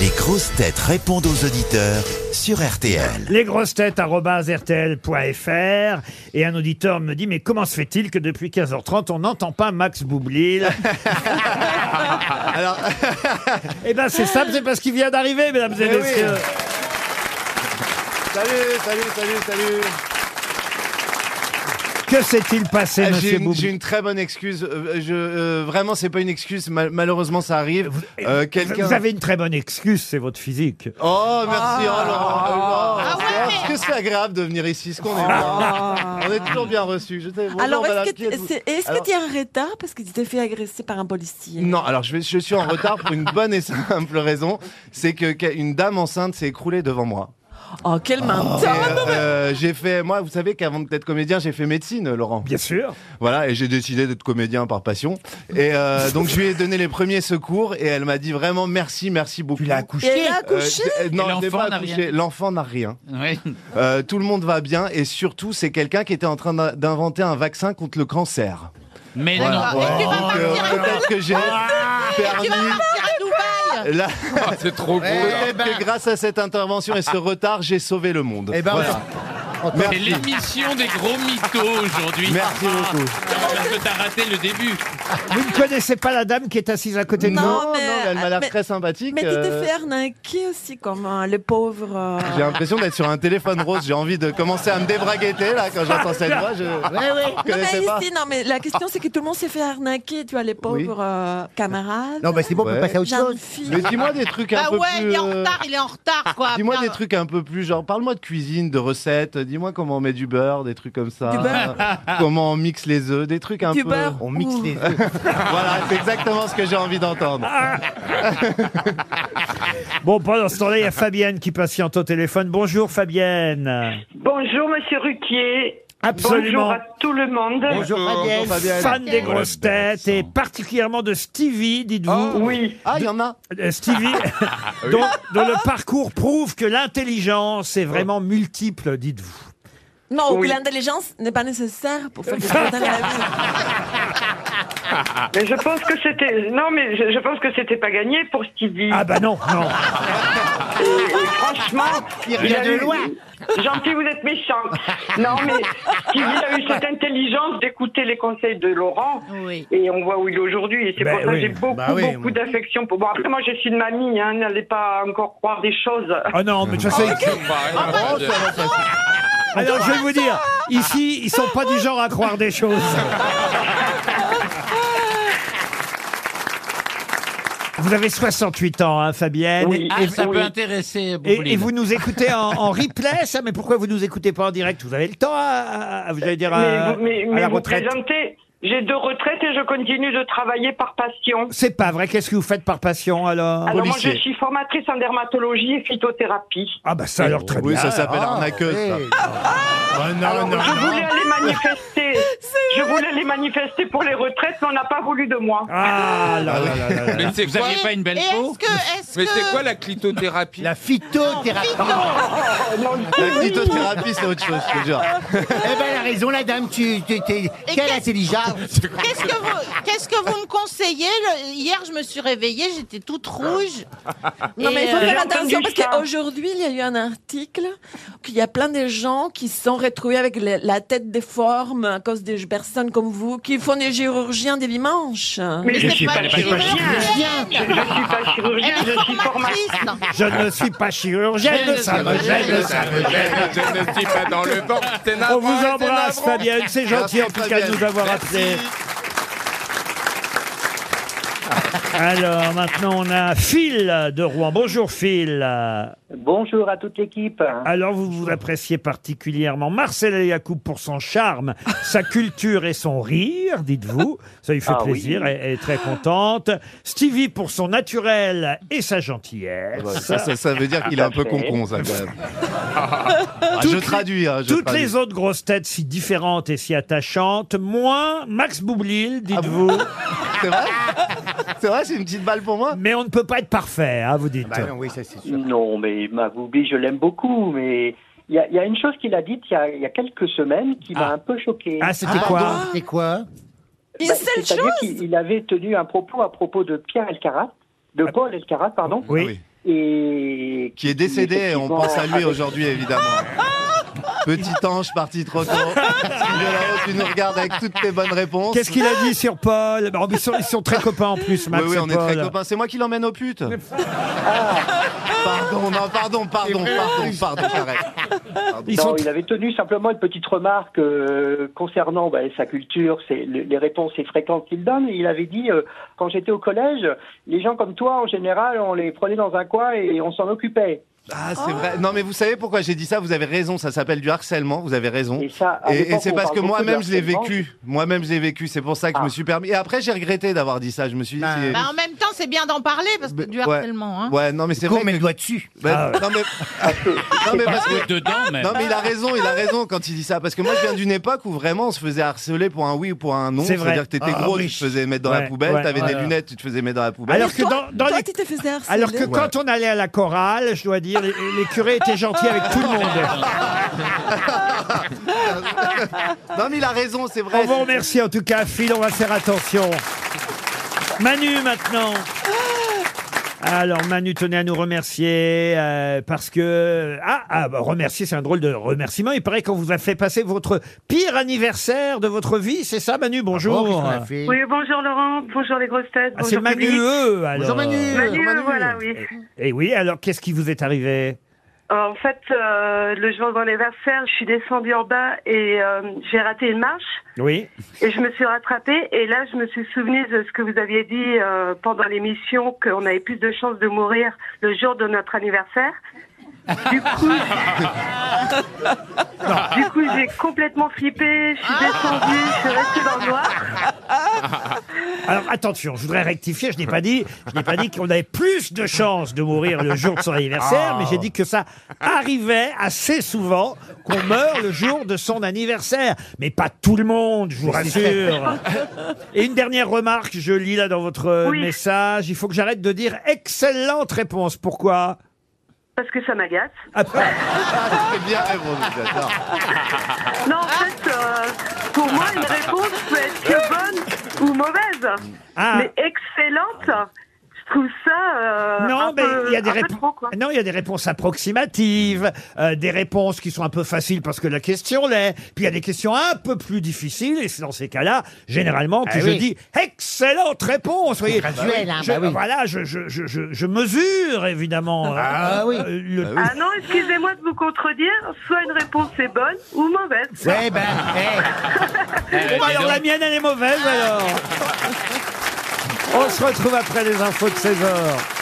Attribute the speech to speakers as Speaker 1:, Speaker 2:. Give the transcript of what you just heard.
Speaker 1: Les grosses têtes répondent aux auditeurs sur RTL.
Speaker 2: lesgrossetêtes.rtl.fr et un auditeur me dit mais comment se fait-il que depuis 15h30 on n'entend pas Max Boublil Eh ben c'est simple, c'est parce qu'il vient d'arriver mesdames et
Speaker 3: Eh oui.
Speaker 2: messieurs.
Speaker 3: Salut, salut, salut, salut.
Speaker 2: Eh Que s'est-il passé
Speaker 3: Ah, J'ai
Speaker 2: monsieur
Speaker 3: une, j'ai
Speaker 2: Boublil
Speaker 3: une très bonne excuse. Euh, je, euh, vraiment, c'est pas une excuse. mal- malheureusement, ça arrive. Euh, Quelqu'un.
Speaker 2: Vous avez une très bonne excuse, c'est votre physique.
Speaker 3: Oh, merci. Oh, Laurent.
Speaker 4: Ah,
Speaker 3: Oh, Laurent. Est-ce que c'est agréable de venir ici Ce qu'on est bien. On est toujours bien reçus. Je t'ai- Ah. Bonjour,
Speaker 4: Ah. Alors,
Speaker 3: madame,
Speaker 4: est-ce
Speaker 3: qui êtes-vous
Speaker 4: que c'est- est-ce que
Speaker 3: Alors-
Speaker 4: tu es en retard parce que tu t'es fait agresser par un policier
Speaker 3: Non, alors je, vais- je suis en retard pour une bonne et simple raison, c'est que que- une dame enceinte s'est écroulée devant moi.
Speaker 4: Oh, quel menteur
Speaker 3: Et, euh, j'ai fait, moi, vous savez qu'avant d'être comédien, j'ai fait médecine, Laurent.
Speaker 2: Bien sûr.
Speaker 3: Voilà, et j'ai décidé d'être comédien par passion. Et euh, donc je lui ai donné les premiers secours et elle m'a dit vraiment merci, merci beaucoup. Tu l'as
Speaker 4: Et elle a accouché
Speaker 3: Non,
Speaker 5: Et
Speaker 3: je l'ai
Speaker 5: l'enfant
Speaker 3: pas
Speaker 5: n'a
Speaker 3: accouché.
Speaker 5: rien.
Speaker 3: L'enfant n'a rien.
Speaker 5: Oui.
Speaker 3: Euh, tout le monde va bien et surtout c'est quelqu'un qui était en train d'in- d'inventer un vaccin contre le cancer.
Speaker 5: Mais non. Oh.
Speaker 3: Donc, euh, peut-être que j'ai permis. Là,
Speaker 5: Ah,
Speaker 6: C'est trop gros.
Speaker 3: peut-être que grâce à cette intervention et ce retard, j'ai sauvé le monde.
Speaker 6: Eh ben,
Speaker 3: Voilà.
Speaker 5: C'est
Speaker 3: Merci.
Speaker 5: l'émission des gros mythos aujourd'hui.
Speaker 3: Merci
Speaker 5: Ah,
Speaker 3: beaucoup.
Speaker 5: Parce que t'as raté le début.
Speaker 2: Vous ne connaissez pas la dame qui est assise à côté de
Speaker 3: Non,
Speaker 2: vous
Speaker 3: non,
Speaker 4: mais-
Speaker 3: elle m'a l'air
Speaker 4: Ah, mais-
Speaker 3: très sympathique.
Speaker 4: Mais tu
Speaker 3: euh,
Speaker 4: t'es fait arnaquer aussi, comme euh, le pauvre. euh,
Speaker 3: J'ai l'impression d'être sur un téléphone rose. J'ai envie de commencer à me débraguetter là quand j'entends cette voix. Je je
Speaker 4: Non, mais
Speaker 3: connaissais pas.
Speaker 4: ici, non, mais la question, c'est que tout le monde s'est fait arnaquer, tu as les pauvres
Speaker 3: Oui.
Speaker 4: euh, camarades.
Speaker 6: Non, bah c'est bon, on
Speaker 3: Ouais.
Speaker 6: peut passer à autre
Speaker 4: Jeune
Speaker 6: chose.
Speaker 3: Mais
Speaker 4: fille.
Speaker 3: dis-moi des trucs un
Speaker 7: Bah
Speaker 3: peu
Speaker 7: ouais,
Speaker 3: plus.
Speaker 7: il est en
Speaker 3: euh,
Speaker 7: retard, il est en retard, quoi.
Speaker 3: Dis-moi
Speaker 7: Putain.
Speaker 3: des trucs un peu plus genre parle-moi de cuisine, de recettes, dis-moi comment on met du beurre, des trucs comme ça.
Speaker 4: Du beurre.
Speaker 3: Comment on mixe les œufs, des trucs un
Speaker 4: Du
Speaker 3: peu.
Speaker 4: beurre.
Speaker 6: On mixe
Speaker 4: Ouh.
Speaker 6: les œufs.
Speaker 3: Voilà, c'est exactement ce que j'ai envie d'entendre.
Speaker 2: Bon, pendant ce temps-là, il y a Fabienne qui patiente au téléphone. Bonjour Fabienne.
Speaker 8: Bonjour Monsieur Ruquier.
Speaker 2: Absolument.
Speaker 8: Bonjour à tout le monde.
Speaker 6: Bonjour Fabienne.
Speaker 2: Fan des
Speaker 5: Oh, la
Speaker 2: grosses
Speaker 5: belle
Speaker 2: têtes et
Speaker 5: sang.
Speaker 2: particulièrement de Stevie, dites-vous.
Speaker 8: Oui.
Speaker 3: Ah, il y en a.
Speaker 2: Euh, Stevie, dont, dont le parcours prouve que l'intelligence est vraiment multiple, dites-vous.
Speaker 4: Non,
Speaker 8: Oui.
Speaker 4: l'intelligence n'est pas nécessaire pour faire des choses dans la vie.
Speaker 8: Mais je pense que c'était non mais je, je pense que c'était pas gagné pour Stevie.
Speaker 2: Ah bah non, non.
Speaker 8: Et- et franchement, il
Speaker 6: revient
Speaker 8: a
Speaker 6: de
Speaker 8: eu-
Speaker 6: loin.
Speaker 8: Gentil, vous êtes méchant. Non mais Stevie a eu cette intelligence d'écouter les conseils de Laurent.
Speaker 7: Oui.
Speaker 8: Et on voit où il est aujourd'hui. Et c'est
Speaker 2: Ben
Speaker 8: pour ça que
Speaker 2: oui.
Speaker 8: j'ai beaucoup,
Speaker 6: Bah oui, moi.
Speaker 8: beaucoup d'affection pour. Bon, après, moi, je suis une mamie, hein, n'allez pas encore croire des choses.
Speaker 2: Oh non, mais de toute façon,
Speaker 5: Ah,
Speaker 3: Oh,
Speaker 2: alors je vais vous dire, ici, ils sont pas du genre à croire des choses. Vous avez 68 ans, hein, Fabienne.
Speaker 8: Oui.
Speaker 5: Ah,
Speaker 8: Et-
Speaker 5: ça
Speaker 8: oui.
Speaker 5: peut intéresser
Speaker 2: Et- Et,
Speaker 5: Boublil.
Speaker 2: vous nous écoutez en, en replay, ça Mais pourquoi vous nous écoutez pas en direct Vous avez le temps, à, à- à- vous allez dire, à,
Speaker 8: mais vous, mais-
Speaker 2: à
Speaker 8: mais
Speaker 2: la
Speaker 8: vous
Speaker 2: retraite.
Speaker 8: présentez. J'ai deux retraites et je continue de travailler par passion.
Speaker 2: C'est pas vrai. Qu'est-ce que vous faites par passion alors
Speaker 8: Alors moi, je
Speaker 3: policier.
Speaker 8: suis formatrice en dermatologie et phytothérapie.
Speaker 2: Ah bah ça alors très
Speaker 3: Oui,
Speaker 2: bien.
Speaker 3: ça s'appelle
Speaker 6: Ah,
Speaker 3: arnaqueuse. ça.
Speaker 6: eh.
Speaker 8: Alors, je voulais aller manifester. Je voulais aller manifester pour les retraites, mais on n'a pas voulu de moi.
Speaker 2: Ah là là là là là.
Speaker 5: Mais
Speaker 6: c'est
Speaker 5: vous aviez
Speaker 7: Et-
Speaker 5: pas une belle
Speaker 7: et
Speaker 5: peau
Speaker 7: Est-ce que, est-ce
Speaker 6: Mais
Speaker 7: que...
Speaker 6: c'est quoi
Speaker 7: la...
Speaker 6: La phytothérapie.
Speaker 3: La phytothérapie, c'est autre chose, je te jure.
Speaker 6: Eh ben, elle a raison, la dame, tu, tu, t'es- quelle
Speaker 7: qu'est-
Speaker 6: intelligence.
Speaker 7: Qu'est-ce que vous, qu'est-ce que vous me conseillez le- Hier, je me suis réveillée, j'étais toute rouge.
Speaker 4: Non, mais il faut
Speaker 8: J'ai
Speaker 4: faire
Speaker 8: entendu
Speaker 4: attention parce
Speaker 8: ça.
Speaker 4: qu'aujourd'hui, il y a eu un article qu'il y a plein de gens qui se sont retrouvés avec le- la tête déforme à cause des personnes comme vous qui font des chirurgiens des dimanches.
Speaker 8: Mais je
Speaker 7: euh, c'est
Speaker 8: suis
Speaker 7: pas
Speaker 8: pas
Speaker 7: le
Speaker 8: chirurgien. Je suis pas chirurgien,
Speaker 7: Elle est
Speaker 8: je suis formatrice.
Speaker 7: formatrice.
Speaker 2: Je ne suis pas chirurgienne, ça me gêne, ça me gêne.
Speaker 6: ne suis pas dans le vent.
Speaker 2: On vous embrasse, Fabienne. C'est gentil en
Speaker 3: Merci,
Speaker 2: tout cas de
Speaker 3: Fabienne.
Speaker 2: nous avoir
Speaker 3: Merci.
Speaker 2: appelés. Alors maintenant on a Phil de Rouen. Bonjour Phil.
Speaker 9: Bonjour à toute l'équipe.
Speaker 2: Alors vous vous appréciez particulièrement Marcel Yacoub pour son charme, sa culture et son rire, dites-vous. Ça lui fait
Speaker 9: Ah oui.
Speaker 2: plaisir, elle- elle est très contente. Stevie pour son naturel et sa gentillesse.
Speaker 3: Ouais, Ça, ça, ça veut dire qu'il est un peu concon, ça, quand même. Ah, je traduis. hein, je
Speaker 2: Toutes
Speaker 3: traduis.
Speaker 2: les autres grosses têtes si différentes et si attachantes, moins Max Boublil, dites-vous.
Speaker 3: Ah C'est vrai C'est vrai, c'est une petite balle pour moi.
Speaker 2: Mais on ne peut pas être parfait, hein, vous dites.
Speaker 3: Ah
Speaker 6: Bah non, oui, ça c'est sûr.
Speaker 9: Non, mais Mavoubi, je l'aime beaucoup, mais il y, a- il y a une chose qu'il a dite il y a, il y a quelques semaines qui m'a un peu choqué.
Speaker 2: ah, c'était
Speaker 6: Ah,
Speaker 2: quoi
Speaker 6: pardon, C'est quoi
Speaker 4: Une
Speaker 9: Bah,
Speaker 4: seule
Speaker 9: C'est-à-dire
Speaker 4: chose
Speaker 9: qu'il il avait tenu un propos à propos de Pierre Elcarat, de Paul Elcarat, pardon,
Speaker 2: Oui.
Speaker 3: Ah oui.
Speaker 9: et
Speaker 3: Qui est décédé, on
Speaker 9: effectivement,
Speaker 3: pense à lui
Speaker 9: avec-
Speaker 3: aujourd'hui évidemment. Petit ange parti trop tôt. Sylvia Larose, tu nous regardes avec toutes tes bonnes réponses.
Speaker 2: Qu'est-ce qu'il a dit sur Paul Bah, ils, sont, ils sont très copains en plus,
Speaker 3: Ah Oui,
Speaker 2: Max
Speaker 3: oui,
Speaker 2: et
Speaker 3: on est très
Speaker 2: Paul.
Speaker 3: copains. C'est moi qui l'emmène aux putes. Ah. Pardon, non, pardon, pardon, pardon, pardon, j'arrête.
Speaker 2: Ils
Speaker 9: Non,
Speaker 2: sont-
Speaker 9: il avait tenu simplement une petite remarque euh, concernant bah, sa culture, c'est le- les réponses et fréquentes qu'il donne. Il avait dit euh, quand j'étais au collège, les gens comme toi, en général, on les prenait dans un coin et on s'en occupait.
Speaker 3: Ah,
Speaker 9: Oh.
Speaker 3: c'est vrai. Non, mais vous savez pourquoi j'ai dit ça Vous avez raison, ça s'appelle du harcèlement, vous avez raison.
Speaker 9: Et ça, à
Speaker 3: Et, et
Speaker 9: l'époque,
Speaker 3: c'est
Speaker 9: on
Speaker 3: parce
Speaker 9: parle
Speaker 3: que
Speaker 9: beaucoup de
Speaker 3: moi-même, je l'ai
Speaker 9: harcèlement.
Speaker 3: vécu. Moi-même, je l'ai vécu. C'est pour ça que je
Speaker 9: Ah.
Speaker 3: me suis permis. Et après, j'ai regretté d'avoir dit ça. Je me suis dit.
Speaker 6: Bah,
Speaker 3: c'est-
Speaker 7: Bah, en même temps, c'est bien d'en parler parce que
Speaker 3: Bah,
Speaker 7: du
Speaker 3: ouais.
Speaker 7: harcèlement. Hein.
Speaker 3: Ouais, non, mais c'est vrai.
Speaker 6: met
Speaker 3: que-
Speaker 6: le doigt dessus.
Speaker 3: Bah, non, mais... non, mais parce que-
Speaker 5: Dedans, même.
Speaker 3: Non, mais il a raison, il a raison quand il dit ça. Parce que moi, je viens d'une époque où vraiment on se faisait harceler pour un oui ou pour un non.
Speaker 2: C'est vrai.
Speaker 3: C'est-à-dire que t'étais
Speaker 6: Ah,
Speaker 3: gros,
Speaker 6: oui.
Speaker 3: tu te faisais mettre dans
Speaker 2: Ouais,
Speaker 3: la poubelle,
Speaker 2: ouais,
Speaker 3: t'avais
Speaker 2: ouais.
Speaker 3: des lunettes, tu te faisais mettre dans la poubelle.
Speaker 2: Alors que
Speaker 4: Toi-
Speaker 2: dans, dans
Speaker 4: toi,
Speaker 2: les-
Speaker 4: tu t'es fait harceler.
Speaker 2: Alors que quand on allait à la chorale, je dois dire, les, les curés étaient gentils avec tout le monde.
Speaker 3: Non, mais il a raison, c'est
Speaker 2: On
Speaker 6: Eh,
Speaker 3: vrai.
Speaker 2: vous remercie en tout cas, Phil, on va faire attention. Manu maintenant. Alors Manu tenez à nous remercier euh, parce que ah, ah, bah, remercier c'est un drôle de remerciement. Il paraît qu'on vous a fait passer votre pire anniversaire de votre vie, c'est ça Manu
Speaker 6: Oh, qu'est-ce
Speaker 2: Bonjour.
Speaker 6: qu'on a fait
Speaker 8: Oui, bonjour Laurent, bonjour les grosses têtes.
Speaker 2: Ah, c'est
Speaker 8: bonjour
Speaker 2: Manu
Speaker 8: public.
Speaker 2: E, alors.
Speaker 6: Bonjour Manu.
Speaker 8: Manu,
Speaker 6: Bonjour,
Speaker 8: voilà, oui.
Speaker 2: Et oui, alors qu'est-ce qui vous est arrivé
Speaker 8: Euh, En fait, euh, le jour de mon anniversaire, je suis descendue en bas et euh, j'ai raté une marche.
Speaker 2: Oui.
Speaker 8: Et je me suis rattrapée. Et là, je me suis souvenue de ce que vous aviez dit euh, pendant l'émission, qu'on avait plus de chances de mourir le jour de notre anniversaire. Du coup, du coup, j'ai complètement flippé. Je suis descendue, je suis restée dans le noir.
Speaker 2: Alors attention, je voudrais rectifier, je n'ai pas dit, je n'ai pas dit qu'on avait plus de chances de mourir le jour de son anniversaire, mais j'ai dit que ça arrivait assez souvent qu'on meurt le jour de son anniversaire, mais pas tout le monde, je vous rassure. Et une dernière remarque, je lis là dans votre euh,
Speaker 8: Oui.
Speaker 2: message, il faut que j'arrête de dire excellente réponse. Pourquoi
Speaker 8: Parce que ça m'agace.
Speaker 2: Après-
Speaker 3: Ah, c'est bien, eh, bon, vous êtes- non.
Speaker 8: Non, en fait, euh, pour moi, une réponse peut être que bonne ou mauvaise.
Speaker 2: Ah.
Speaker 8: Mais excellente, je trouve ça euh,
Speaker 2: Non,
Speaker 8: un,
Speaker 2: mais
Speaker 8: peu,
Speaker 2: il y a des
Speaker 8: un peu
Speaker 2: répo-
Speaker 8: trop, quoi.
Speaker 2: Non, il y a des réponses approximatives, euh, des réponses qui sont un peu faciles parce que la question l'est. Puis il y a des questions un peu plus difficiles et c'est dans ces cas-là, généralement, que
Speaker 6: Ah
Speaker 2: je
Speaker 6: oui.
Speaker 2: dis excellente réponse. Voyez,
Speaker 6: graduel, hein,
Speaker 2: je,
Speaker 6: bah oui.
Speaker 2: voilà, je, je, je, je- je mesure évidemment. euh,
Speaker 6: Ah oui.
Speaker 2: euh, le-
Speaker 8: Ah non, excusez-moi de vous contredire, soit une réponse est bonne ou mauvaise.
Speaker 6: Ouais, ben, eh,
Speaker 2: Bon,
Speaker 5: Eh,
Speaker 2: bah,
Speaker 5: dis
Speaker 2: alors
Speaker 5: donc.
Speaker 2: la mienne,
Speaker 6: Ah.
Speaker 2: elle est mauvaise alors. On se retrouve après les infos de 16 heures.